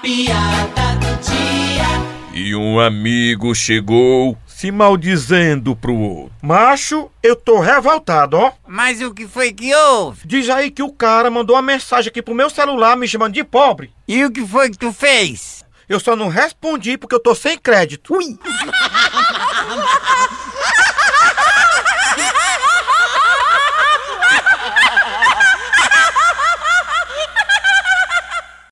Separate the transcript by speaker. Speaker 1: piada do dia.
Speaker 2: E um amigo chegou se maldizendo pro outro.
Speaker 3: Macho, eu tô revoltado, ó.
Speaker 4: Mas o que foi que houve?
Speaker 3: Diz aí que o cara mandou uma mensagem aqui pro meu celular me chamando de pobre.
Speaker 4: E o que foi que tu fez?
Speaker 3: Eu só não respondi porque eu tô sem crédito.